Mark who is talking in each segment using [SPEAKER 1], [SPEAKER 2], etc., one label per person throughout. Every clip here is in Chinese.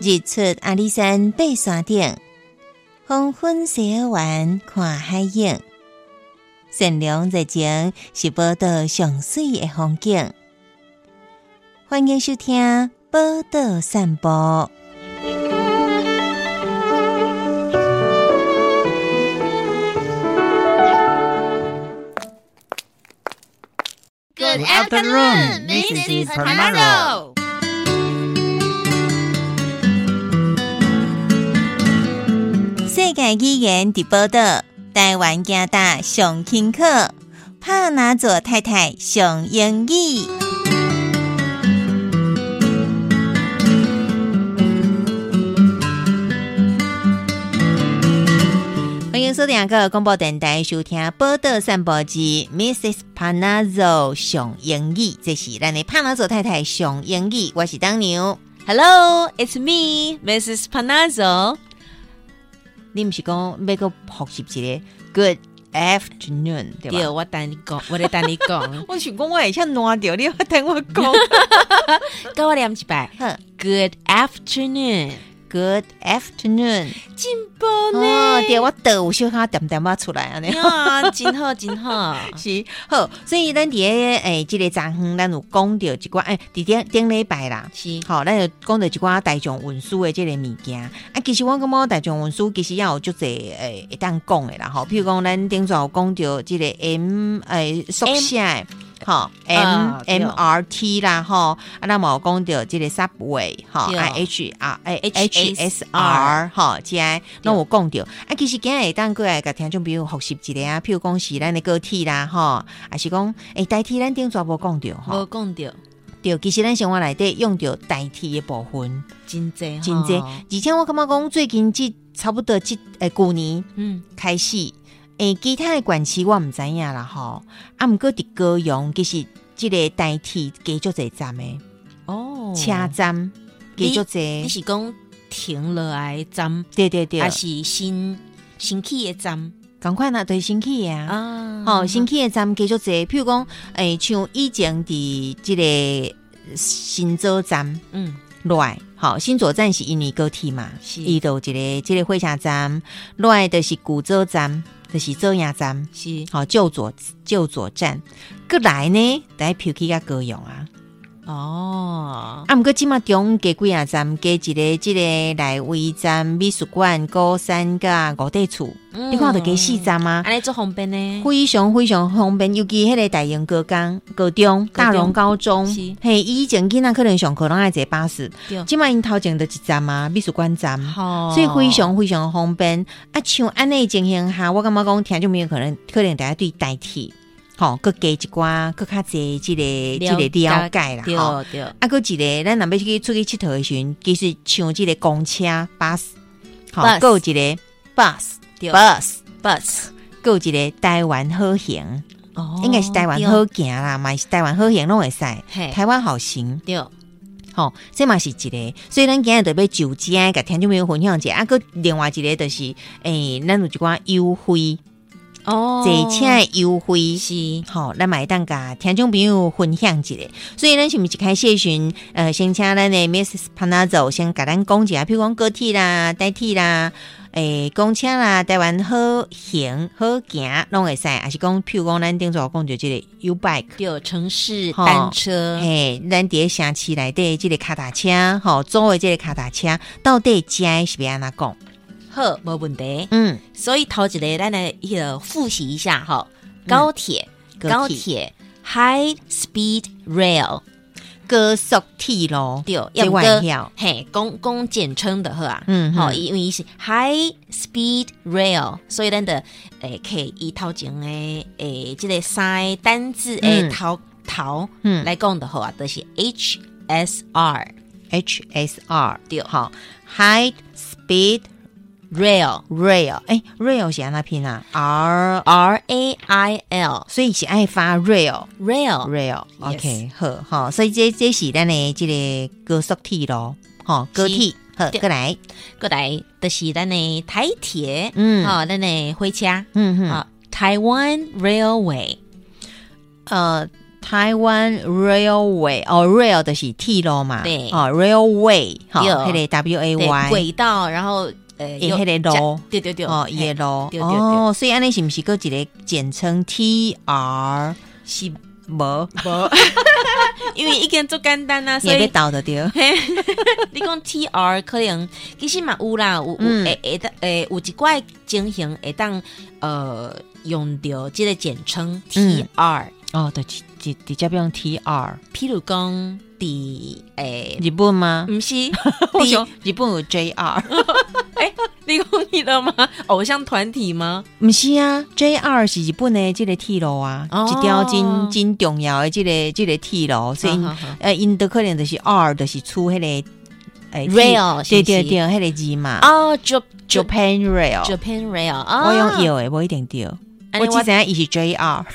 [SPEAKER 1] 日出阿里山爬山顶，黄昏西尔湾看海影。善良热情是报道上水的风景。欢迎收听《报道散步》。
[SPEAKER 2] Good afternoon, Mrs. Tamaro.
[SPEAKER 1] 世界语言直报道，台湾加大上轻课，帕拿佐太太上英语。欢迎收听个广播电台收听报道散步机，Mrs. Panazzo 上英语，这是咱的帕拿佐太太上英语，我是当牛。
[SPEAKER 2] Hello, it's me, Mrs. Panazzo.
[SPEAKER 1] 你毋是讲要个复习一个 Good afternoon 对吧？，
[SPEAKER 2] 对，我等你讲，我咧等你讲
[SPEAKER 1] 我想讲我会像烂掉，你要等我讲。
[SPEAKER 2] 跟我念一摆。
[SPEAKER 1] 好
[SPEAKER 2] Good afternoon， Oh,
[SPEAKER 1] Good afternoon，
[SPEAKER 2] 进步
[SPEAKER 1] 哦，对我倒有小可点点仔出来安尼。
[SPEAKER 2] 呀，真好，真好。
[SPEAKER 1] 是好，所以咱伫诶诶，即个昨昏咱有讲着一寡诶，伫顶顶礼拜啦。
[SPEAKER 2] 是，
[SPEAKER 1] 好，咱就讲着一寡大众运输的即个物件。啊，其实我感觉大众运输其实也有足侪诶会当讲的啦。吼，譬如讲咱顶早有讲着即个 M 诶宿舍的。吼 m
[SPEAKER 2] 啊对
[SPEAKER 1] M R T 啦，吼，啊，咱嘛有讲着即个 Subway 吼
[SPEAKER 2] 对
[SPEAKER 1] 啊 H R 诶 H S R
[SPEAKER 2] HSR
[SPEAKER 1] 吼，即个拢有讲着啊，其实今日当过来甲听众朋友复习一下啊，譬如讲是咱的高铁啦，吼，啊是讲诶代替咱顶早无讲着吼
[SPEAKER 2] 无，讲着
[SPEAKER 1] 对，其实咱生活内底用着代替的部分，
[SPEAKER 2] 真济，
[SPEAKER 1] 真济。而且我感觉讲最近即差不多即诶旧年
[SPEAKER 2] 嗯，
[SPEAKER 1] 开始，诶，其他的县市我毋知影啦吼。啊，毋过伫高雄其实即个代替加足侪站的
[SPEAKER 2] 哦，
[SPEAKER 1] 车站加足
[SPEAKER 2] 你啊
[SPEAKER 1] 侪，
[SPEAKER 2] 是讲停落来的站，
[SPEAKER 1] 对对对
[SPEAKER 2] 还，是新新起的站
[SPEAKER 1] 赶快啊，对新起的啊。
[SPEAKER 2] 啊
[SPEAKER 1] 哦，新起的站加足侪，譬如讲，诶、像以前伫即个新洲站
[SPEAKER 2] 嗯，
[SPEAKER 1] 落来，好、新左站是印尼高铁嘛，
[SPEAKER 2] 是
[SPEAKER 1] 伊都有一个即个火车站，落来就是古洲站，就是周亚站，
[SPEAKER 2] 是
[SPEAKER 1] 好、旧左旧左站，过来呢，来票去甲高雄啊，
[SPEAKER 2] 哦，
[SPEAKER 1] 啊，毋过即马中加几啊站，加一个即个来维站、美术馆、高山甲五地厝，
[SPEAKER 2] 你
[SPEAKER 1] 你看着加四，站啊。
[SPEAKER 2] 安尼做方便呢？
[SPEAKER 1] 非常非常方便，尤其迄个大英高中、高中、大荣高中
[SPEAKER 2] 是，
[SPEAKER 1] 嘿，以前囡仔可能上课拢爱坐巴士
[SPEAKER 2] 对，
[SPEAKER 1] 即摆因头前的一站嘛，美术馆站。
[SPEAKER 2] 好
[SPEAKER 1] 嗯所以非常非常方便啊！像安尼的情形下，我感觉讲听众朋友可能可能大家对代替，吼、各加一寡，各较济即个
[SPEAKER 2] 了
[SPEAKER 1] 即个了解啦，
[SPEAKER 2] 对
[SPEAKER 1] 吼、
[SPEAKER 2] 对，
[SPEAKER 1] 啊，搁一个，咱若要去出去佚佗的时阵，其实像即个公车、巴士，吼、
[SPEAKER 2] Bus
[SPEAKER 1] 搁有一个 bus、
[SPEAKER 2] 对
[SPEAKER 1] bus，
[SPEAKER 2] bus
[SPEAKER 1] 搁有一个台湾好行。
[SPEAKER 2] 哦
[SPEAKER 1] 应该是台湾好行啦，嘛是台湾好行拢会使，
[SPEAKER 2] 嘿
[SPEAKER 1] 台湾好行，
[SPEAKER 2] 对，哦
[SPEAKER 1] 吼、这嘛是一个。所以咱今日特别就这样甲听众朋友分享者，啊，个另外一个就是，诶、咱有一寡优惠，
[SPEAKER 2] 哦
[SPEAKER 1] 坐车的优惠。
[SPEAKER 2] 是
[SPEAKER 1] 吼、咱嘛会当甲听众朋友分享一下，所以咱是毋是一开始的时阵，呃，先请咱的 Mrs. Panazzo 先甲咱讲一下，譬如讲高铁啦、代替啦、诶、公车啦、台湾好行好行拢会使，啊还是讲譬如讲咱顶早讲着即个 U Bike。
[SPEAKER 2] 有城市
[SPEAKER 1] 吼
[SPEAKER 2] 单车，
[SPEAKER 1] 嘿，咱伫咧城市内底即个卡踏车，吼，租的即个卡踏车到底遮是要安怎讲？
[SPEAKER 2] 好，无问题。
[SPEAKER 1] 嗯，
[SPEAKER 2] 所以头一个咱来迄个复习一下哈，
[SPEAKER 1] 嗯
[SPEAKER 2] 高铁高铁 high speed rail
[SPEAKER 1] 高速铁路，
[SPEAKER 2] 对，
[SPEAKER 1] 这
[SPEAKER 2] 不
[SPEAKER 1] 我
[SPEAKER 2] 过
[SPEAKER 1] 会晓。
[SPEAKER 2] 嘿，公公简称的好啊，
[SPEAKER 1] 嗯
[SPEAKER 2] 好，
[SPEAKER 1] 嗯
[SPEAKER 2] 因为是 high speed rail，所以咱的诶，可以以头前诶诶，这个三个单字诶
[SPEAKER 1] 嗯
[SPEAKER 2] 头头
[SPEAKER 1] 嗯
[SPEAKER 2] 来讲的好啊，就是 H S R
[SPEAKER 1] ，HSR
[SPEAKER 2] 对
[SPEAKER 1] 吼 h i g h Speed
[SPEAKER 2] rail
[SPEAKER 1] Rail，诶 r a i l 是安那拼啊？R，
[SPEAKER 2] R A I L
[SPEAKER 1] 所以是爱发 Rail
[SPEAKER 2] rail Yes
[SPEAKER 1] Rail，OK，好好，所以这这是咱的即个高速铁路，吼，高
[SPEAKER 2] 是
[SPEAKER 1] 铁，好，
[SPEAKER 2] 对
[SPEAKER 1] 过来，
[SPEAKER 2] 过来，就是咱的台铁，
[SPEAKER 1] 嗯
[SPEAKER 2] 好，咱的火车，
[SPEAKER 1] 嗯嗯，
[SPEAKER 2] 好，台湾 railway，
[SPEAKER 1] 呃，台湾 railway 哦，rail 的是铁路嘛，
[SPEAKER 2] 对
[SPEAKER 1] 哦，railway 哈，
[SPEAKER 2] 对
[SPEAKER 1] 那个 W A
[SPEAKER 2] 对，
[SPEAKER 1] Y，
[SPEAKER 2] 轨道，然后呃，
[SPEAKER 1] 诶，那个路，
[SPEAKER 2] 对对对，
[SPEAKER 1] 哦，
[SPEAKER 2] 嘿
[SPEAKER 1] 也路，
[SPEAKER 2] 对对对
[SPEAKER 1] 哦，所以安尼是不是个一个简称 T R
[SPEAKER 2] 是
[SPEAKER 1] 无？
[SPEAKER 2] 无，因为已经足简单啊，所
[SPEAKER 1] 也被
[SPEAKER 2] 以
[SPEAKER 1] 倒的掉，
[SPEAKER 2] 你讲 T R 可能其实嘛有啦，有有
[SPEAKER 1] 嗯
[SPEAKER 2] 会会当诶有一怪情形会当呃用到即个简称
[SPEAKER 1] 嗯
[SPEAKER 2] T R，
[SPEAKER 1] 哦，对，直直直接变 T R，
[SPEAKER 2] 譬如讲伫 诶，
[SPEAKER 1] 日本吗？
[SPEAKER 2] 毋是
[SPEAKER 1] 我
[SPEAKER 2] 伫
[SPEAKER 1] 想日本有 J R，
[SPEAKER 2] 你讲你的吗？偶像团体吗？
[SPEAKER 1] 毋是啊，J R 是日本的即个铁路啊，
[SPEAKER 2] 哦
[SPEAKER 1] 一条真真重要的即个即个铁路，所以
[SPEAKER 2] 好好好
[SPEAKER 1] 呃，因的可能就是 R，就是出迄个诶
[SPEAKER 2] Rail，
[SPEAKER 1] 对
[SPEAKER 2] 是
[SPEAKER 1] 对
[SPEAKER 2] 不是
[SPEAKER 1] 对，迄个字嘛
[SPEAKER 2] 哦，Jap Jap
[SPEAKER 1] ，Japan Rail，
[SPEAKER 2] Japan Rail
[SPEAKER 1] 我
[SPEAKER 2] 啊，
[SPEAKER 1] 用有诶，无一定对，
[SPEAKER 2] 安
[SPEAKER 1] 我
[SPEAKER 2] 尼我
[SPEAKER 1] 只知影伊是 J R，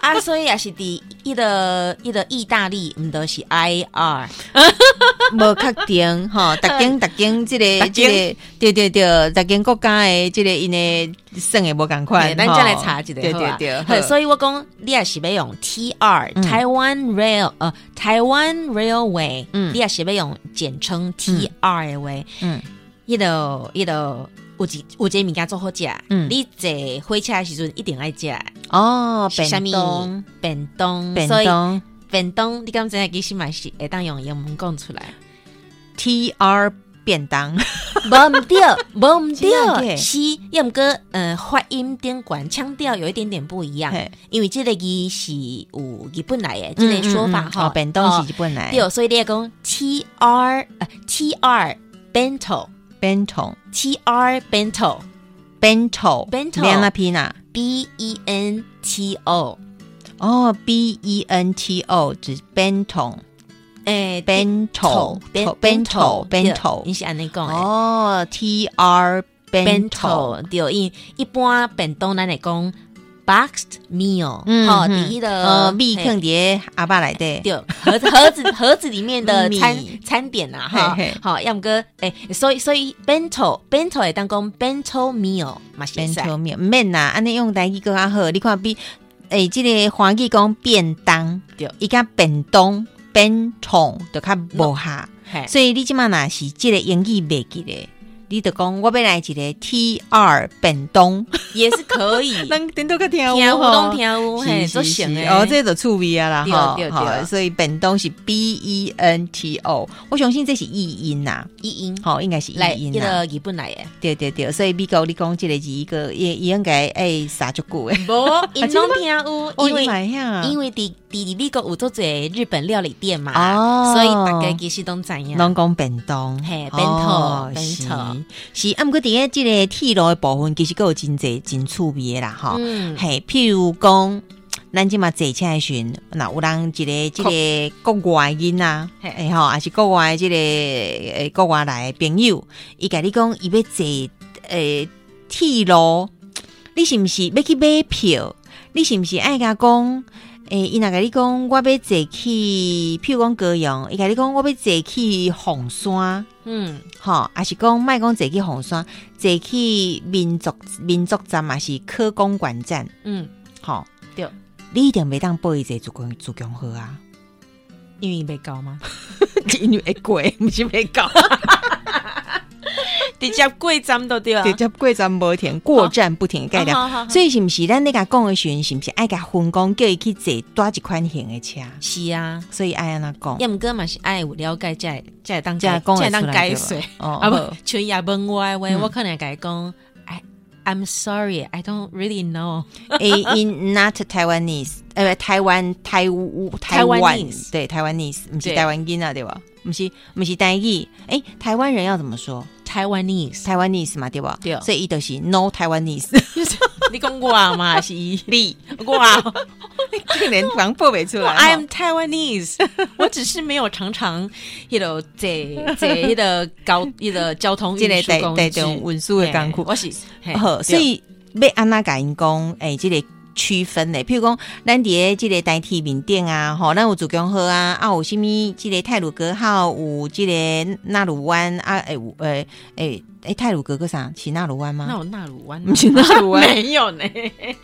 [SPEAKER 2] 啊，所以也是伫伊个伊个意大利，毋得是 I R，
[SPEAKER 1] 无确定 吼，逐间逐间即 个
[SPEAKER 2] 逐
[SPEAKER 1] 即个，对对对，逐间国家诶，即个因诶算诶无共款，
[SPEAKER 2] 对咱
[SPEAKER 1] 吼
[SPEAKER 2] 再来查一下
[SPEAKER 1] 对
[SPEAKER 2] 好吧
[SPEAKER 1] 对对，
[SPEAKER 2] 好
[SPEAKER 1] 好
[SPEAKER 2] 所以我讲你也是要用 T R
[SPEAKER 1] 嗯
[SPEAKER 2] 台湾 Rail 呃台湾 Railway，
[SPEAKER 1] 嗯
[SPEAKER 2] 你也是要用简称 T R 的话，
[SPEAKER 1] 嗯
[SPEAKER 2] 伊个伊个有一有一个物件做好食，
[SPEAKER 1] 嗯
[SPEAKER 2] 你坐火车的时阵一定爱食，
[SPEAKER 1] 哦，
[SPEAKER 2] 是
[SPEAKER 1] 便
[SPEAKER 2] 啥物
[SPEAKER 1] 当。
[SPEAKER 2] 便当，
[SPEAKER 1] 便
[SPEAKER 2] 所以
[SPEAKER 1] 当
[SPEAKER 2] 便当你敢知影其实嘛是会当用英文讲出 来。
[SPEAKER 1] T R 便当，
[SPEAKER 2] 无毋对，无毋
[SPEAKER 1] 这样
[SPEAKER 2] 对，
[SPEAKER 1] 的
[SPEAKER 2] 是，要毋过，呃，发音顶管腔调有一点点不一样
[SPEAKER 1] 嘿，
[SPEAKER 2] 因为即个字是有日本来的，即个说法
[SPEAKER 1] 嗯嗯嗯
[SPEAKER 2] 哈，
[SPEAKER 1] 哦便当
[SPEAKER 2] 哦
[SPEAKER 1] 是日本来的，
[SPEAKER 2] 对，所以你要讲 T R 呃 T R bento
[SPEAKER 1] 便当
[SPEAKER 2] T R bento
[SPEAKER 1] bento
[SPEAKER 2] Bento
[SPEAKER 1] 两个拼呐，
[SPEAKER 2] B E N T O，
[SPEAKER 1] 哦，b e n t o 指 bento
[SPEAKER 2] 诶
[SPEAKER 1] bento bento
[SPEAKER 2] 你
[SPEAKER 1] bento
[SPEAKER 2] 是安尼讲诶
[SPEAKER 1] 哦，t r bento
[SPEAKER 2] bento 对，因为一般便当咱来讲 boxed meal，
[SPEAKER 1] 嗯
[SPEAKER 2] 吼，
[SPEAKER 1] 嗯
[SPEAKER 2] 第一的
[SPEAKER 1] 呃，b
[SPEAKER 2] 嘿
[SPEAKER 1] 坑碟阿爸来的，
[SPEAKER 2] 对，盒子盒子盒子里面的
[SPEAKER 1] 嗯米
[SPEAKER 2] 餐餐点呐、啊，哈
[SPEAKER 1] 嘿嘿，
[SPEAKER 2] 好，要么哥，哎、所以所以 bento bento 也当讲 bento meal 嘛，是会使
[SPEAKER 1] bento 面面呐，安尼用台语更较好，你看比诶，即个华语讲便当
[SPEAKER 2] 对，
[SPEAKER 1] 伊甲便当 bento 就较无合。
[SPEAKER 2] 哦嘿，
[SPEAKER 1] 所以你即满若是即个英语袂记咧，你就讲我要来一个 T R 本 东，，
[SPEAKER 2] 也是可以
[SPEAKER 1] 咱顶多个听
[SPEAKER 2] 听有拢听有，嘿，
[SPEAKER 1] 是
[SPEAKER 2] 都
[SPEAKER 1] 是
[SPEAKER 2] 行
[SPEAKER 1] 是
[SPEAKER 2] 诶。
[SPEAKER 1] 哦，这就趣味啊啦，
[SPEAKER 2] 对
[SPEAKER 1] 吼
[SPEAKER 2] 对
[SPEAKER 1] 吼
[SPEAKER 2] 对
[SPEAKER 1] 所以本东是 B E N T O，我相信这是译音呐，
[SPEAKER 2] 一音
[SPEAKER 1] 吼，应该是
[SPEAKER 2] 来
[SPEAKER 1] 译
[SPEAKER 2] 一
[SPEAKER 1] 音呐，
[SPEAKER 2] 个日 本来诶，
[SPEAKER 1] 对对对，所以美国你讲即个字一个也也应该哎啥足久诶，
[SPEAKER 2] 无，因拢 听有，哦
[SPEAKER 1] 哦
[SPEAKER 2] 因为。
[SPEAKER 1] 买呀，
[SPEAKER 2] 因为伫伫美国有做者日本料理店嘛，
[SPEAKER 1] 哦
[SPEAKER 2] 所以大家其实都知影。
[SPEAKER 1] 拢讲便当，
[SPEAKER 2] 嘿
[SPEAKER 1] 哦
[SPEAKER 2] 便当
[SPEAKER 1] 是
[SPEAKER 2] 便当
[SPEAKER 1] 是，啊，毋过伫咧即个铁路的部分，其实佫有真侪真趣味的啦，吼、
[SPEAKER 2] 嗯，
[SPEAKER 1] 嘿，譬如讲，咱即嘛坐车的时阵，若有人一个即个国外的囡仔，
[SPEAKER 2] 嘿
[SPEAKER 1] 哎吼，也是国外即、个诶国外来的朋友，伊甲你讲伊要坐诶铁路，你是毋是要去买票？你是毋是爱甲讲？诶，伊若甲你讲，我要坐去，譬如讲高阳，伊甲你讲，我要坐去红山。
[SPEAKER 2] 嗯，
[SPEAKER 1] 吼，还是讲莫讲坐去红山，坐去民族民族站，嘛是科公馆站，
[SPEAKER 2] 嗯，
[SPEAKER 1] 吼，
[SPEAKER 2] 对，
[SPEAKER 1] 你一定袂当报伊坐主公主公河啊，
[SPEAKER 2] 因为袂高吗？
[SPEAKER 1] 因为会过，毋是袂到，
[SPEAKER 2] 直接过站都对 啊啊
[SPEAKER 1] 直接过站无停， 过站不停的概念。
[SPEAKER 2] 好好好
[SPEAKER 1] 所以是毋是咱咧甲讲的时阵，是毋是爱甲分工叫伊去坐多一款型的车？
[SPEAKER 2] 是啊，
[SPEAKER 1] 所以爱安那讲，
[SPEAKER 2] 要毋过嘛是爱有了解才会才会当
[SPEAKER 1] 才
[SPEAKER 2] 解
[SPEAKER 1] 会讲会
[SPEAKER 2] 才会
[SPEAKER 1] 出
[SPEAKER 2] 当
[SPEAKER 1] 来
[SPEAKER 2] 解
[SPEAKER 1] 对吧
[SPEAKER 2] 释。
[SPEAKER 1] 哦 好
[SPEAKER 2] 啊不，全也问我的话，
[SPEAKER 1] 嗯
[SPEAKER 2] 我可能甲伊讲，I I'm sorry, I don't really know。
[SPEAKER 1] 诶，in not Taiwanese，呃，台湾台乌台湾
[SPEAKER 2] Taiwanese
[SPEAKER 1] 对台湾 ese，不
[SPEAKER 2] 对
[SPEAKER 1] 是台湾音啊，对吧？不是不是台语，诶，台湾人要怎么说？
[SPEAKER 2] Taiwanese，
[SPEAKER 1] 台湾 ese 嘛，对吧？
[SPEAKER 2] 对
[SPEAKER 1] 所以伊就是 no Taiwanese，
[SPEAKER 2] 你讲我嘛还是伊
[SPEAKER 1] 你
[SPEAKER 2] 我啊
[SPEAKER 1] 竟然防破袂出 来
[SPEAKER 2] ？I'm Taiwanese，我只是没有常常迄个坐坐迄个高迄个交通
[SPEAKER 1] 这
[SPEAKER 2] 运
[SPEAKER 1] 个
[SPEAKER 2] 输
[SPEAKER 1] 台
[SPEAKER 2] 工
[SPEAKER 1] 台
[SPEAKER 2] 具，
[SPEAKER 1] 中文书的
[SPEAKER 2] 嘿
[SPEAKER 1] 工具
[SPEAKER 2] 我是嘿
[SPEAKER 1] 好，所以要安那甲因讲，诶、即、个区分咧，譬如讲，咱伫诶即个代替面顶啊，吼，咱有珠江号啊，啊，有啥物即个泰鲁格号，有即个纳鲁湾啊，诶、有诶诶，诶，泰鲁格个啥？是纳鲁湾
[SPEAKER 2] 那
[SPEAKER 1] 吗？
[SPEAKER 2] 有纳鲁湾，
[SPEAKER 1] 不是纳鲁湾，
[SPEAKER 2] 没有呢。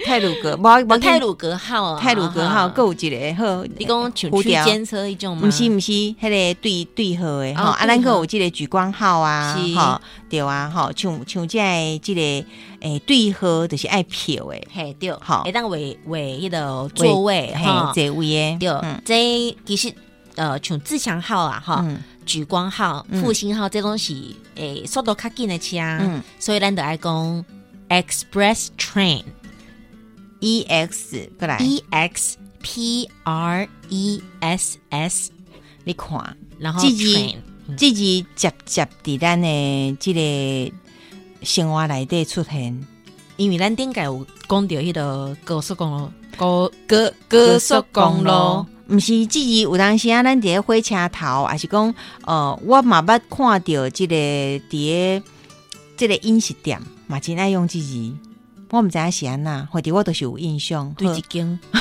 [SPEAKER 1] 泰鲁格，无无
[SPEAKER 2] 哦泰鲁格号啊，
[SPEAKER 1] 泰鲁格号，
[SPEAKER 2] 哈
[SPEAKER 1] 还，有一个好，
[SPEAKER 2] 你讲像区间车一种吗？
[SPEAKER 1] 毋是毋是，迄个对对号诶，吼，
[SPEAKER 2] 哦
[SPEAKER 1] 啊，
[SPEAKER 2] 对
[SPEAKER 1] 咱个
[SPEAKER 2] 号
[SPEAKER 1] 有即个举光号啊
[SPEAKER 2] 是，
[SPEAKER 1] 吼，对啊，吼，像像即个即个诶对号就是爱票诶，
[SPEAKER 2] 嘿对，
[SPEAKER 1] 好
[SPEAKER 2] 会当为为迄个座位
[SPEAKER 1] 嘿
[SPEAKER 2] 哈，，
[SPEAKER 1] 这位诶，
[SPEAKER 2] 哦对
[SPEAKER 1] 嗯，
[SPEAKER 2] 这其实呃像自强号啊哈，
[SPEAKER 1] 嗯
[SPEAKER 2] 莒光号、
[SPEAKER 1] 嗯
[SPEAKER 2] 复兴号这东西，诶，速度较紧的车，
[SPEAKER 1] 嗯
[SPEAKER 2] 所以咱就爱讲 express train
[SPEAKER 1] ，E X 过来，
[SPEAKER 2] E X P R E S S，
[SPEAKER 1] 你看，
[SPEAKER 2] 然后
[SPEAKER 1] 自己
[SPEAKER 2] train 嗯
[SPEAKER 1] 即字接接伫咱诶即个生活内底出现，
[SPEAKER 2] 因为咱顶界有讲到迄个高速公路，高高高速公路，，
[SPEAKER 1] 毋是即字有当时啊，咱伫咧火车头，还是讲，呃，我嘛捌看着即、个伫咧即个饮食店，嘛真爱用即字，我毋知影是安那，或者我都是有印象，
[SPEAKER 2] 对一间，
[SPEAKER 1] 嗯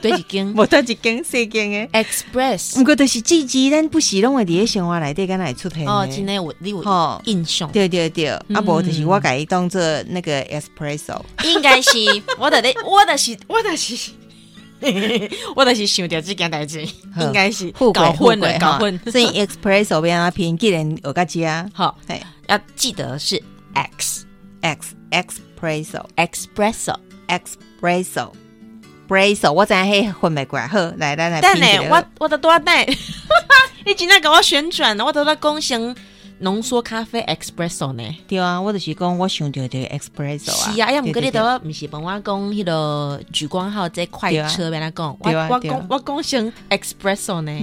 [SPEAKER 2] 对一 间
[SPEAKER 1] 无得一间细间诶。
[SPEAKER 2] express
[SPEAKER 1] 毋过都是即字，咱不时拢会伫咧生活内底敢若会出现
[SPEAKER 2] 哦，
[SPEAKER 1] 的
[SPEAKER 2] 真诶，我你有
[SPEAKER 1] 吼
[SPEAKER 2] 印象，
[SPEAKER 1] 对对对，啊无就是
[SPEAKER 2] 嗯
[SPEAKER 1] 我甲伊当做那个 espresso，
[SPEAKER 2] 应该 是我的咧，我的是我的是。 我就是想着这件代志，
[SPEAKER 1] 好
[SPEAKER 2] 应该是
[SPEAKER 1] 富贵
[SPEAKER 2] 搞混
[SPEAKER 1] 富贵
[SPEAKER 2] 了，搞
[SPEAKER 1] 哈
[SPEAKER 2] 混。
[SPEAKER 1] 所以 espresso 变啊拼，既然有个啊加
[SPEAKER 2] 好
[SPEAKER 1] 嘿，
[SPEAKER 2] 要记得是 X
[SPEAKER 1] x espresso。
[SPEAKER 2] espresso。
[SPEAKER 1] espresso。espresso，我知影迄混袂过来好，来咱来
[SPEAKER 2] 但
[SPEAKER 1] 拼
[SPEAKER 2] 呢
[SPEAKER 1] 一，
[SPEAKER 2] 我
[SPEAKER 1] 下。
[SPEAKER 2] 我的多带， 你今天给我旋转了，我都在讲成浓缩咖啡 espresso 呢。
[SPEAKER 1] 对啊，我就是讲，我想着着 espresso 啊。
[SPEAKER 2] 是啊，要毋过
[SPEAKER 1] 对对
[SPEAKER 2] 你
[SPEAKER 1] 对
[SPEAKER 2] 都不是帮我讲迄个莒光号这快车，要来讲，我
[SPEAKER 1] 对啊
[SPEAKER 2] 我
[SPEAKER 1] 对啊
[SPEAKER 2] 讲我讲成 espresso 呢，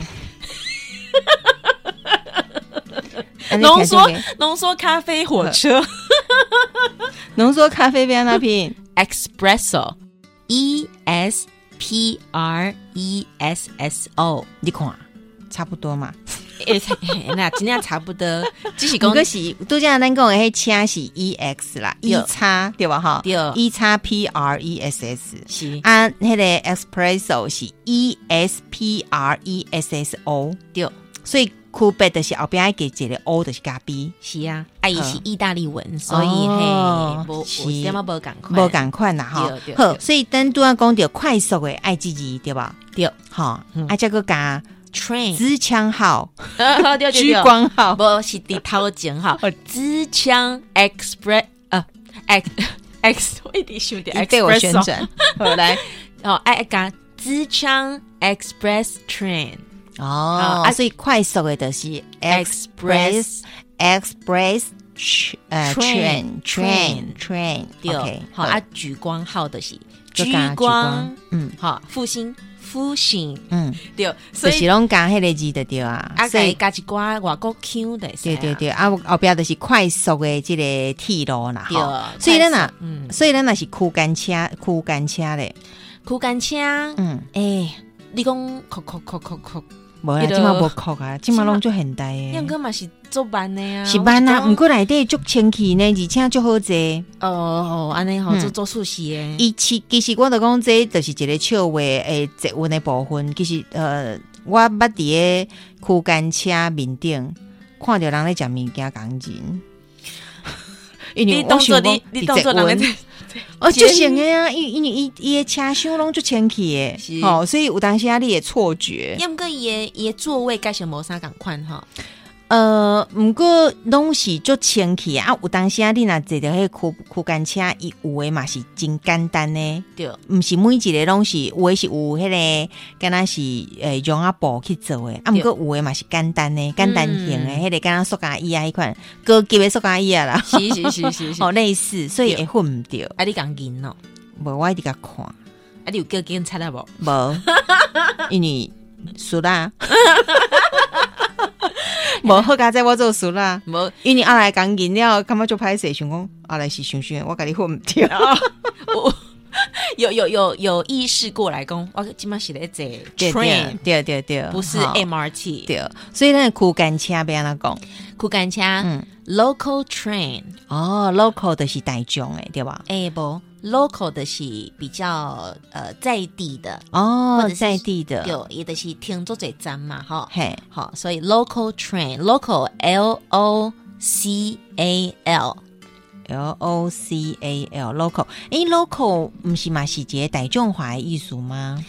[SPEAKER 1] 安尼
[SPEAKER 2] 浓缩
[SPEAKER 1] 听见
[SPEAKER 2] 浓缩咖啡火车
[SPEAKER 1] 浓缩咖啡变那拼
[SPEAKER 2] espresso e s p r e s s o，
[SPEAKER 1] 你看差不多嘛。
[SPEAKER 2] 诶，那今天差 不多，只是
[SPEAKER 1] 不
[SPEAKER 2] 讲
[SPEAKER 1] 过是拄则咱讲的迄车是 E X 啦
[SPEAKER 2] 对
[SPEAKER 1] ，E 叉对吧？哈，
[SPEAKER 2] 对
[SPEAKER 1] ，E 叉 P R E S S
[SPEAKER 2] 是
[SPEAKER 1] 啊，迄个 espresso 是 E S P R E S S O，
[SPEAKER 2] 对，
[SPEAKER 1] 所以区别就是后壁爱给一个 O 就是加 B。
[SPEAKER 2] 是啊，啊伊是意大利文，所以
[SPEAKER 1] 哦
[SPEAKER 2] 嘿，无
[SPEAKER 1] 是
[SPEAKER 2] 有一点仔无共款，
[SPEAKER 1] 无共款啦吼
[SPEAKER 2] 对对，
[SPEAKER 1] 好，
[SPEAKER 2] 对
[SPEAKER 1] 所以咱拄啊讲着快速的爱之字对吧？
[SPEAKER 2] 对
[SPEAKER 1] 吼
[SPEAKER 2] 嗯，
[SPEAKER 1] 啊，再个加
[SPEAKER 2] train，
[SPEAKER 1] 支枪号、
[SPEAKER 2] 对对
[SPEAKER 1] 居
[SPEAKER 2] 对，
[SPEAKER 1] 光号，哦
[SPEAKER 2] 无是伫头前哈，支枪 express 呃 x x 我一直想着
[SPEAKER 1] 一被我旋
[SPEAKER 2] express
[SPEAKER 1] 转，好来
[SPEAKER 2] 哦，爱爱讲支枪 express train
[SPEAKER 1] 哦，
[SPEAKER 2] 啊
[SPEAKER 1] 啊，所以快速的就是 express express tr- 呃
[SPEAKER 2] Train
[SPEAKER 1] train train train，
[SPEAKER 2] 对
[SPEAKER 1] OK，，
[SPEAKER 2] 好啊，莒光号的是
[SPEAKER 1] 就加
[SPEAKER 2] 莒
[SPEAKER 1] 莒光
[SPEAKER 2] 光，
[SPEAKER 1] 嗯
[SPEAKER 2] 好复兴复兴
[SPEAKER 1] 嗯，
[SPEAKER 2] 对，所
[SPEAKER 1] 就是
[SPEAKER 2] 以
[SPEAKER 1] 拢加迄个字的对啊
[SPEAKER 2] 啊，，
[SPEAKER 1] 所
[SPEAKER 2] 再
[SPEAKER 1] 以
[SPEAKER 2] 加一寡外国 Q 的，
[SPEAKER 1] 对对。对，啊，后壁就是快速的即个铁路啦，
[SPEAKER 2] 对
[SPEAKER 1] 吼，所以咱
[SPEAKER 2] 快
[SPEAKER 1] 若
[SPEAKER 2] 速嗯，
[SPEAKER 1] 所以咱若是苦干车，苦干车咧，
[SPEAKER 2] 苦干车，
[SPEAKER 1] 嗯，
[SPEAKER 2] 诶，你讲哭哭哭哭哭，
[SPEAKER 1] 无啦，
[SPEAKER 2] 那个
[SPEAKER 1] 即马无哭啊，即马拢足现代
[SPEAKER 2] 亮
[SPEAKER 1] 诶，
[SPEAKER 2] 哥嘛是做班的啊，
[SPEAKER 1] 是班啊，
[SPEAKER 2] 我
[SPEAKER 1] 毋
[SPEAKER 2] 是讲
[SPEAKER 1] 过内底足清气呢，而且足好坐。
[SPEAKER 2] 哦哦，安尼吼
[SPEAKER 1] 嗯
[SPEAKER 2] 做做数学的，
[SPEAKER 1] 伊其其实我著讲，这就是一个笑话呃诶，捷运诶部分，其实呃，我捌伫诶区间车面顶看着人咧食物件讲钱。 因为
[SPEAKER 2] 你
[SPEAKER 1] 我
[SPEAKER 2] 当做
[SPEAKER 1] 想讲
[SPEAKER 2] 你你
[SPEAKER 1] 伫
[SPEAKER 2] 当做
[SPEAKER 1] 捷
[SPEAKER 2] 人
[SPEAKER 1] 运
[SPEAKER 2] 咧，
[SPEAKER 1] 哦，就行诶啊，因因为伊伊诶车厢拢足清气诶
[SPEAKER 2] 是，
[SPEAKER 1] 吼，所以有当时啊，你会错觉。
[SPEAKER 2] 要毋过伊的伊的座位改成无啥共款吼，
[SPEAKER 1] 呃，毋过拢是足清气啊！有当时啊，你若坐着迄个区区间车，伊有诶嘛是真简单呢，
[SPEAKER 2] 对，
[SPEAKER 1] 毋是每一个拢是有诶是有迄、个，敢若是诶用啊布去做诶，啊，毋
[SPEAKER 2] 对
[SPEAKER 1] 过有诶嘛是简单呢，简单型诶，迄、
[SPEAKER 2] 嗯
[SPEAKER 1] 个敢若塑胶椅啊迄款，高级诶塑胶椅啊啦，
[SPEAKER 2] 是是是 是是，
[SPEAKER 1] 哦类似，所以会
[SPEAKER 2] 对
[SPEAKER 1] 混毋着，
[SPEAKER 2] 啊你共银哦，
[SPEAKER 1] 无我一直甲看，
[SPEAKER 2] 啊你有叫警察来无？
[SPEAKER 1] 无，因为输啦， 无好佳哉，我做输啦。
[SPEAKER 2] 无，
[SPEAKER 1] 因为阿来讲饮料，感觉就歹势，想讲阿来是想想，我甲你混毋掉。
[SPEAKER 2] 哦我有有有有意识过来讲，我即满是咧坐 train，
[SPEAKER 1] 对对对，
[SPEAKER 2] 不是
[SPEAKER 1] 好
[SPEAKER 2] MRT，
[SPEAKER 1] 对，所以咱的苦干车要安怎
[SPEAKER 2] 啊
[SPEAKER 1] 讲？
[SPEAKER 2] 苦干车
[SPEAKER 1] 嗯，
[SPEAKER 2] local train。
[SPEAKER 1] 哦，local 就是大众诶，对吧？
[SPEAKER 2] 哎不，local 的是比较呃在地的，或
[SPEAKER 1] 哦
[SPEAKER 2] 者，是
[SPEAKER 1] 在地的，
[SPEAKER 2] 有也的是听做嘴站嘛哈。
[SPEAKER 1] 嘿，
[SPEAKER 2] 好，所以 local train，local L O C A L。
[SPEAKER 1] L O C A L local，哎，local 唔是嘛是一个大众化的意思吗？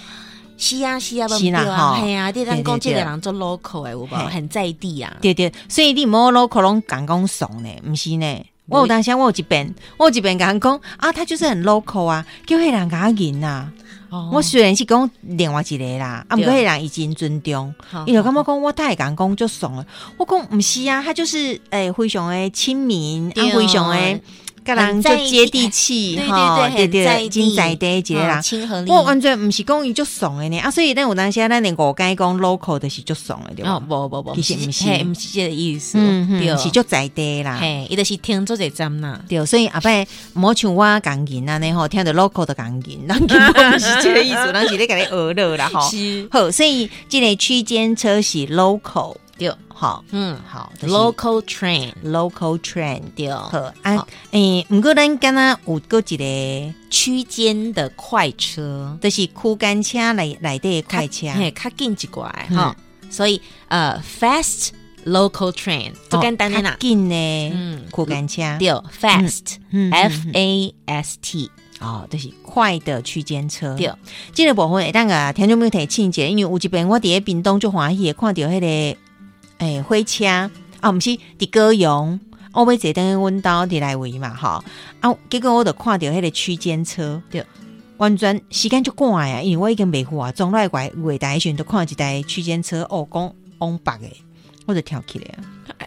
[SPEAKER 2] 是啊是啊，
[SPEAKER 1] 是啦吼
[SPEAKER 2] 系啊，你咱讲这
[SPEAKER 1] 对对
[SPEAKER 2] 个
[SPEAKER 1] 对
[SPEAKER 2] 人做 local 诶，有无？
[SPEAKER 1] 嘿
[SPEAKER 2] 很在地啊。
[SPEAKER 1] 对对，所以你莫 local 拢讲讲怂呢，唔是呢。我有当时啊我有一遍，我有一遍讲讲啊，他就是很 local 啊，叫迄人甲认啊。
[SPEAKER 2] 哦
[SPEAKER 1] 我虽然是讲另外一个啦，啊，毋
[SPEAKER 2] 对
[SPEAKER 1] 过迄人伊真尊重，
[SPEAKER 2] 哦好
[SPEAKER 1] 伊就感觉讲我太敢讲就爽了。我讲毋是啊，他就是诶、非常诶亲民，啊
[SPEAKER 2] 对，哦
[SPEAKER 1] 非常诶，甲人
[SPEAKER 2] 很
[SPEAKER 1] 就
[SPEAKER 2] 在
[SPEAKER 1] 接
[SPEAKER 2] 地
[SPEAKER 1] 地气，
[SPEAKER 2] 对
[SPEAKER 1] 吼
[SPEAKER 2] 对对，很在
[SPEAKER 1] 真
[SPEAKER 2] 地，
[SPEAKER 1] 在地的一个人
[SPEAKER 2] 哦。亲和力。
[SPEAKER 1] 我完全毋是讲伊足爽的呢，啊，所以咱有当时咱连五该讲 local 就是足爽的对吧
[SPEAKER 2] 哦，？无无无，
[SPEAKER 1] 其实
[SPEAKER 2] 不
[SPEAKER 1] 不是
[SPEAKER 2] 嘿不是这个意思，
[SPEAKER 1] 嗯嗯，是
[SPEAKER 2] 对，哦
[SPEAKER 1] 足在地的啦。
[SPEAKER 2] 嘿，伊就是听做者针呐。
[SPEAKER 1] 对，所以阿伯莫像我讲人安尼吼，听着 local 的讲人，咱根本不是这个意 思，咱是咧甲你学乐啦吼。
[SPEAKER 2] 是，
[SPEAKER 1] 好，所以即个区间车是 local，
[SPEAKER 2] 对，
[SPEAKER 1] 好
[SPEAKER 2] 嗯
[SPEAKER 1] 好就是
[SPEAKER 2] ，local train，
[SPEAKER 1] local train。
[SPEAKER 2] 对，
[SPEAKER 1] 好啊
[SPEAKER 2] 好，
[SPEAKER 1] 诶，毋过咱敢若有过一个，
[SPEAKER 2] 区间的快车，
[SPEAKER 1] 就是区间车内内底的快车，哦
[SPEAKER 2] 嘿，较紧一寡的
[SPEAKER 1] 嗯
[SPEAKER 2] 吼，所以呃，fast local train，
[SPEAKER 1] 哦
[SPEAKER 2] 就简单的
[SPEAKER 1] 较
[SPEAKER 2] 啦，
[SPEAKER 1] 紧呢，
[SPEAKER 2] 嗯，
[SPEAKER 1] 区间车
[SPEAKER 2] 对，fast。
[SPEAKER 1] 嗯嗯嗯
[SPEAKER 2] F A S T，
[SPEAKER 1] 哦，就是快的区间车。
[SPEAKER 2] 对，
[SPEAKER 1] 这个部分会当啊，听众朋友提醒者，因为有一边我伫咧屏东就欢喜的看到迄、个诶火车啊，毋是伫高雄，我要坐等于阮兜伫内围嘛吼啊，结果我就看到迄个区间车，
[SPEAKER 2] 对，
[SPEAKER 1] 完全时间就赶啊，因为我已经袂赴啊，总来怪月台时阵都看到一台区间车哦，讲往北诶，我就跳起来啊。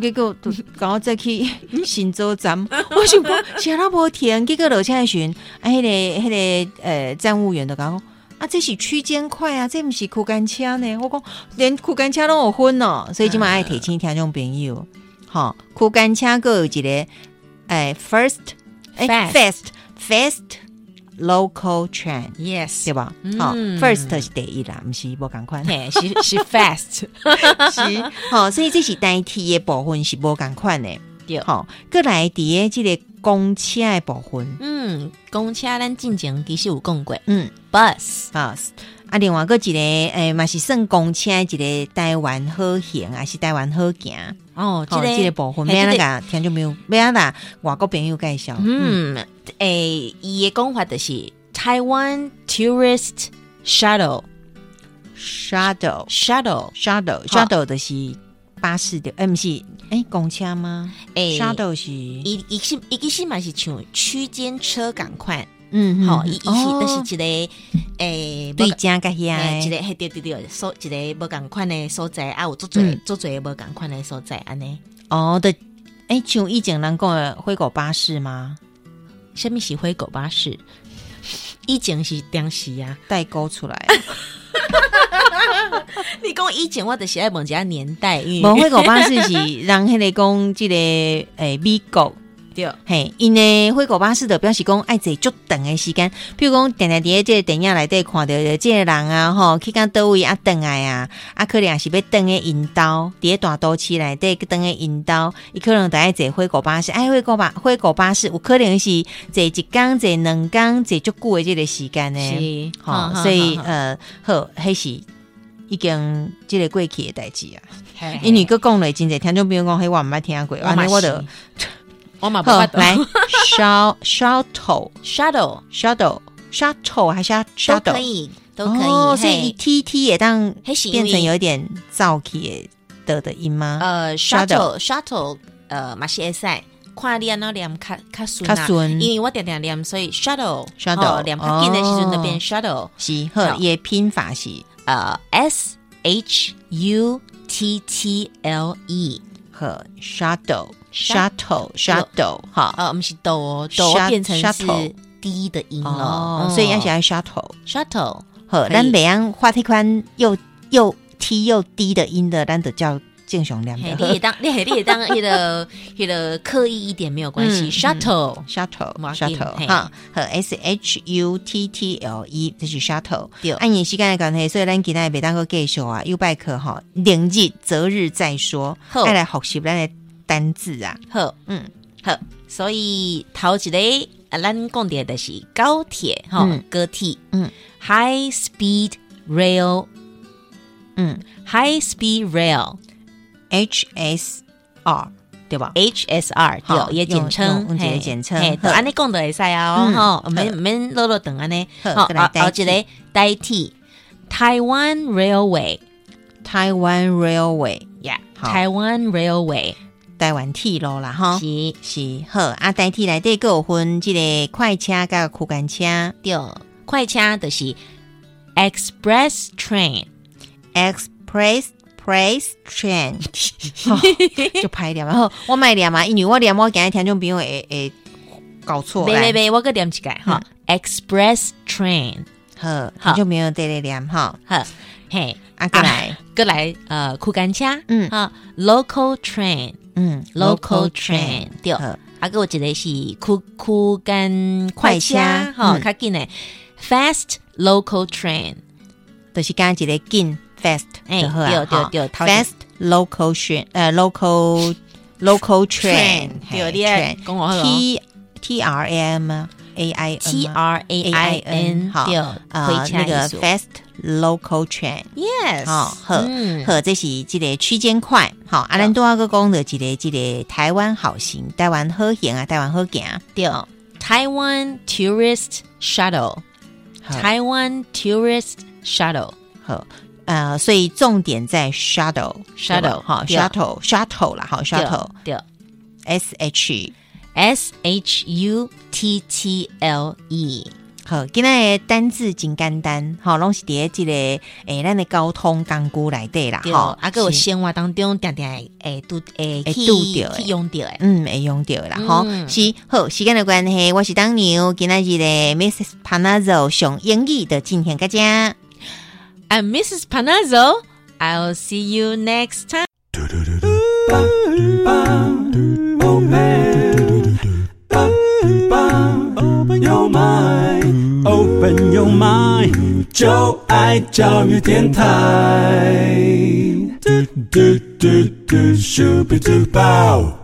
[SPEAKER 1] 结果就搞我再去新洲站，我想讲是安那无停，结果落车的时阵，啊，迄、个迄、个呃，站务员就讲，啊，这是区间快啊，这毋是区间车呢。我讲连区间车拢有分哦，所以即嘛爱提醒听众朋友，吼、区间车个有一个，呃诶、f i r s t 诶
[SPEAKER 2] Fast
[SPEAKER 1] ，fast fast local train。
[SPEAKER 2] ，yes，
[SPEAKER 1] 对吧？
[SPEAKER 2] 嗯
[SPEAKER 1] 好、f i r s t 是第一啦，毋是无共款，
[SPEAKER 2] 嘿，是是 fast，
[SPEAKER 1] 是好，所以这是代替的部分是无共款的。
[SPEAKER 2] 对
[SPEAKER 1] 好，过来伫诶即个公车的部分，
[SPEAKER 2] 嗯，公车咱进前其实有讲过
[SPEAKER 1] 嗯，
[SPEAKER 2] ，bus，
[SPEAKER 1] 啊啊，另外个一个诶，嘛、是算公车的一个台湾好行，还是台湾好行？
[SPEAKER 2] 哦，
[SPEAKER 1] 好，即、个部分要安怎甲听众朋友，要安怎甲外国朋友介绍？
[SPEAKER 2] 嗯，诶，伊诶讲法就是台湾 tourist shuttle
[SPEAKER 1] ，shadow
[SPEAKER 2] shuttle，
[SPEAKER 1] shadow shadow 的是巴士的，诶、毋是诶、公车吗、
[SPEAKER 2] 诶
[SPEAKER 1] s h a d o w 是
[SPEAKER 2] 伊伊是伊其实嘛是像区间车共款，
[SPEAKER 1] 嗯
[SPEAKER 2] 吼，伊伊是
[SPEAKER 1] 都
[SPEAKER 2] 都是一个诶，
[SPEAKER 1] 对家甲遐
[SPEAKER 2] 诶，一
[SPEAKER 1] 诶，
[SPEAKER 2] 个迄对对对，所一个无共款诶所在，啊，有足侪
[SPEAKER 1] 嗯
[SPEAKER 2] 足侪无共款诶所在，安尼，
[SPEAKER 1] 哦的。诶，像以前人讲的灰狗巴士吗？
[SPEAKER 2] 虾米是灰狗巴士？以前是当时啊，
[SPEAKER 1] 代沟出来，
[SPEAKER 2] 你讲以前我就是爱问一下年代，因
[SPEAKER 1] 无
[SPEAKER 2] 为
[SPEAKER 1] 灰狗巴士是人迄个讲即个诶美国
[SPEAKER 2] 对
[SPEAKER 1] 嘿，因呢火狗巴士的表示讲爱坐足长的时间，譬如讲定定伫咧即个电影内底看到的即个人啊吼，去到倒位啊等来啊，啊可能也是要等的引导，伫咧大都市内底去等的引导，伊可能得爱坐火狗巴士，哎火狗巴火狗巴士有可能是坐一工坐两工坐足久的即个时间呢，
[SPEAKER 2] 是，
[SPEAKER 1] 吼、
[SPEAKER 2] 哈哈
[SPEAKER 1] 所以
[SPEAKER 2] 哈哈
[SPEAKER 1] 呃好，迄是已经即个过去的代志啊，
[SPEAKER 2] 嘿
[SPEAKER 1] 因为佮讲了真侪听众朋友讲，迄我毋捌听过，
[SPEAKER 2] 啊我
[SPEAKER 1] 安尼我
[SPEAKER 2] 是
[SPEAKER 1] 就。
[SPEAKER 2] 我嘛不
[SPEAKER 1] 好
[SPEAKER 2] 捌，
[SPEAKER 1] 来 shuttle shuttle
[SPEAKER 2] shadow
[SPEAKER 1] shuttle shuttle 还是要
[SPEAKER 2] 都可
[SPEAKER 1] shuttle
[SPEAKER 2] 以，都可以，
[SPEAKER 1] 哦，所
[SPEAKER 2] 嘿
[SPEAKER 1] 以 t t 也当
[SPEAKER 2] 还是因为
[SPEAKER 1] 变成有一点燥气的的音吗？
[SPEAKER 2] 呃
[SPEAKER 1] shadow
[SPEAKER 2] shuttle shuttle 呃嘛是会使，看你安怎念较较顺
[SPEAKER 1] 较
[SPEAKER 2] 啊，
[SPEAKER 1] 顺
[SPEAKER 2] 因为我定定念，所以 shuttle
[SPEAKER 1] shuttle，
[SPEAKER 2] 哦念较紧的时阵就
[SPEAKER 1] 哦
[SPEAKER 2] 变 shuttle，
[SPEAKER 1] 是
[SPEAKER 2] 好
[SPEAKER 1] 呵，也拼法是
[SPEAKER 2] 呃 s h u t t l e，
[SPEAKER 1] 和 shuttle
[SPEAKER 2] Shut-
[SPEAKER 1] shuttle shuttle 哈
[SPEAKER 2] 呃不是 d 哦 d 变成是
[SPEAKER 1] shuttle
[SPEAKER 2] d 的音了嗯
[SPEAKER 1] 哦，，所以要写 shuttle
[SPEAKER 2] shuttle
[SPEAKER 1] 呵，
[SPEAKER 2] 可以
[SPEAKER 1] 咱每样画这款又又 t 又 d 的音的，咱就叫正常两
[SPEAKER 2] 嘿。
[SPEAKER 1] 个
[SPEAKER 2] 你也当，你也你也当，那个那个刻意一点没有关系。
[SPEAKER 1] 嗯
[SPEAKER 2] Shuttle，
[SPEAKER 1] shuttle
[SPEAKER 2] 冇要紧
[SPEAKER 1] shuttle
[SPEAKER 2] 嘿
[SPEAKER 1] 哈和 s h u t t l e 这是 shuttle
[SPEAKER 2] 对。
[SPEAKER 1] 按你时间的关系，所以咱今天袂当个继续啊，又拜课哈，另日择日再说，
[SPEAKER 2] 好
[SPEAKER 1] 再来学习咱的单字啊。
[SPEAKER 2] 好，
[SPEAKER 1] 嗯，
[SPEAKER 2] 好。所以头一个啊，咱讲的就是高铁哈
[SPEAKER 1] 嗯，
[SPEAKER 2] 高铁，
[SPEAKER 1] 嗯
[SPEAKER 2] ，High Speed Rail，High
[SPEAKER 1] 嗯
[SPEAKER 2] Speed Rail，
[SPEAKER 1] ，h s r 对吧？
[SPEAKER 2] HSR
[SPEAKER 1] 好
[SPEAKER 2] 对，也简
[SPEAKER 1] 用
[SPEAKER 2] 称，
[SPEAKER 1] 用用一个
[SPEAKER 2] 嘿
[SPEAKER 1] 简称
[SPEAKER 2] 嘿，
[SPEAKER 1] 好
[SPEAKER 2] 就安尼讲的会使啊，
[SPEAKER 1] 嗯
[SPEAKER 2] 吼，
[SPEAKER 1] 好
[SPEAKER 2] 毋免毋免啰啰等安尼，
[SPEAKER 1] 好
[SPEAKER 2] 吼，
[SPEAKER 1] 再来
[SPEAKER 2] 啊
[SPEAKER 1] 代
[SPEAKER 2] 啊，一个代替台湾 Railway，
[SPEAKER 1] 台湾 Railway
[SPEAKER 2] 呀，
[SPEAKER 1] 好
[SPEAKER 2] 台湾 Railway
[SPEAKER 1] 台湾铁路啦，哈，
[SPEAKER 2] 是
[SPEAKER 1] 是好啊，代替来底还有分即个快车甲苦干车
[SPEAKER 2] 对，快车就是 Express Train，
[SPEAKER 1] Express。Price train，哦就歹念啊，然后我卖念嘛，因为我念我今日听众朋友会会搞错
[SPEAKER 2] 别别
[SPEAKER 1] 来，
[SPEAKER 2] 别，我个念一个
[SPEAKER 1] 嗯
[SPEAKER 2] 吼 Express Train，
[SPEAKER 1] 好，
[SPEAKER 2] 好
[SPEAKER 1] 听众朋友对咧念哈，
[SPEAKER 2] 呵，嘿，
[SPEAKER 1] 啊，过来，
[SPEAKER 2] 过来呃，酷干车，
[SPEAKER 1] 嗯
[SPEAKER 2] 啊，Local Train。
[SPEAKER 1] 嗯
[SPEAKER 2] local train 对，
[SPEAKER 1] 好
[SPEAKER 2] 啊，还有一个是酷酷跟快车
[SPEAKER 1] 快车
[SPEAKER 2] 吼，
[SPEAKER 1] 嗯
[SPEAKER 2] 较紧诶，fast local train
[SPEAKER 1] 就是刚一个紧 fast
[SPEAKER 2] 哎
[SPEAKER 1] 就好啊
[SPEAKER 2] 对对
[SPEAKER 1] 哈
[SPEAKER 2] 对头前
[SPEAKER 1] ，fast local train 呃 local local train
[SPEAKER 2] 对，
[SPEAKER 1] 嘿
[SPEAKER 2] 你爱
[SPEAKER 1] train
[SPEAKER 2] 讲我好
[SPEAKER 1] T T R A M 啊 A I N
[SPEAKER 2] ，T
[SPEAKER 1] 啊
[SPEAKER 2] R A I N
[SPEAKER 1] 好
[SPEAKER 2] 对，
[SPEAKER 1] 呃
[SPEAKER 2] 回车
[SPEAKER 1] 那个
[SPEAKER 2] 意思
[SPEAKER 1] fast local train。
[SPEAKER 2] yes
[SPEAKER 1] 好哦好
[SPEAKER 2] 嗯
[SPEAKER 1] 好，这是这个区间啊快，好，阿兰多阿哥讲的这个这个台湾好行，台湾好行啊，台湾好行，
[SPEAKER 2] 对，Taiwan tourist shuttle
[SPEAKER 1] 好
[SPEAKER 2] Taiwan tourist shuttle
[SPEAKER 1] 好，呃，所以重点在 shuttle
[SPEAKER 2] Shuttle，
[SPEAKER 1] 对吧哈
[SPEAKER 2] 对啊
[SPEAKER 1] ，shuttle shuttle 啦，好
[SPEAKER 2] 对啊
[SPEAKER 1] ，shuttle
[SPEAKER 2] 对
[SPEAKER 1] S H
[SPEAKER 2] S H U T T L E
[SPEAKER 1] 好，今天的单字真简单，好，拢是伫诶即个诶，咱的交通工具内底啦，
[SPEAKER 2] 对，
[SPEAKER 1] 吼
[SPEAKER 2] 啊，个有
[SPEAKER 1] 是
[SPEAKER 2] 生活当中定定会会拄会
[SPEAKER 1] 会
[SPEAKER 2] 去
[SPEAKER 1] 拄到的
[SPEAKER 2] 去用到诶。
[SPEAKER 1] 嗯，会用到的啦，吼、
[SPEAKER 2] 嗯
[SPEAKER 1] 是好，时间的关系，我是当牛，今仔日的 Mrs. Panazzo 上英语的今天个家。
[SPEAKER 2] I'm Mrs. Panazzo. I'll see you next time.
[SPEAKER 3] Oh man, open your mind, open your mind，就爱教育电台。嘟嘟嘟嘟，Super Duper。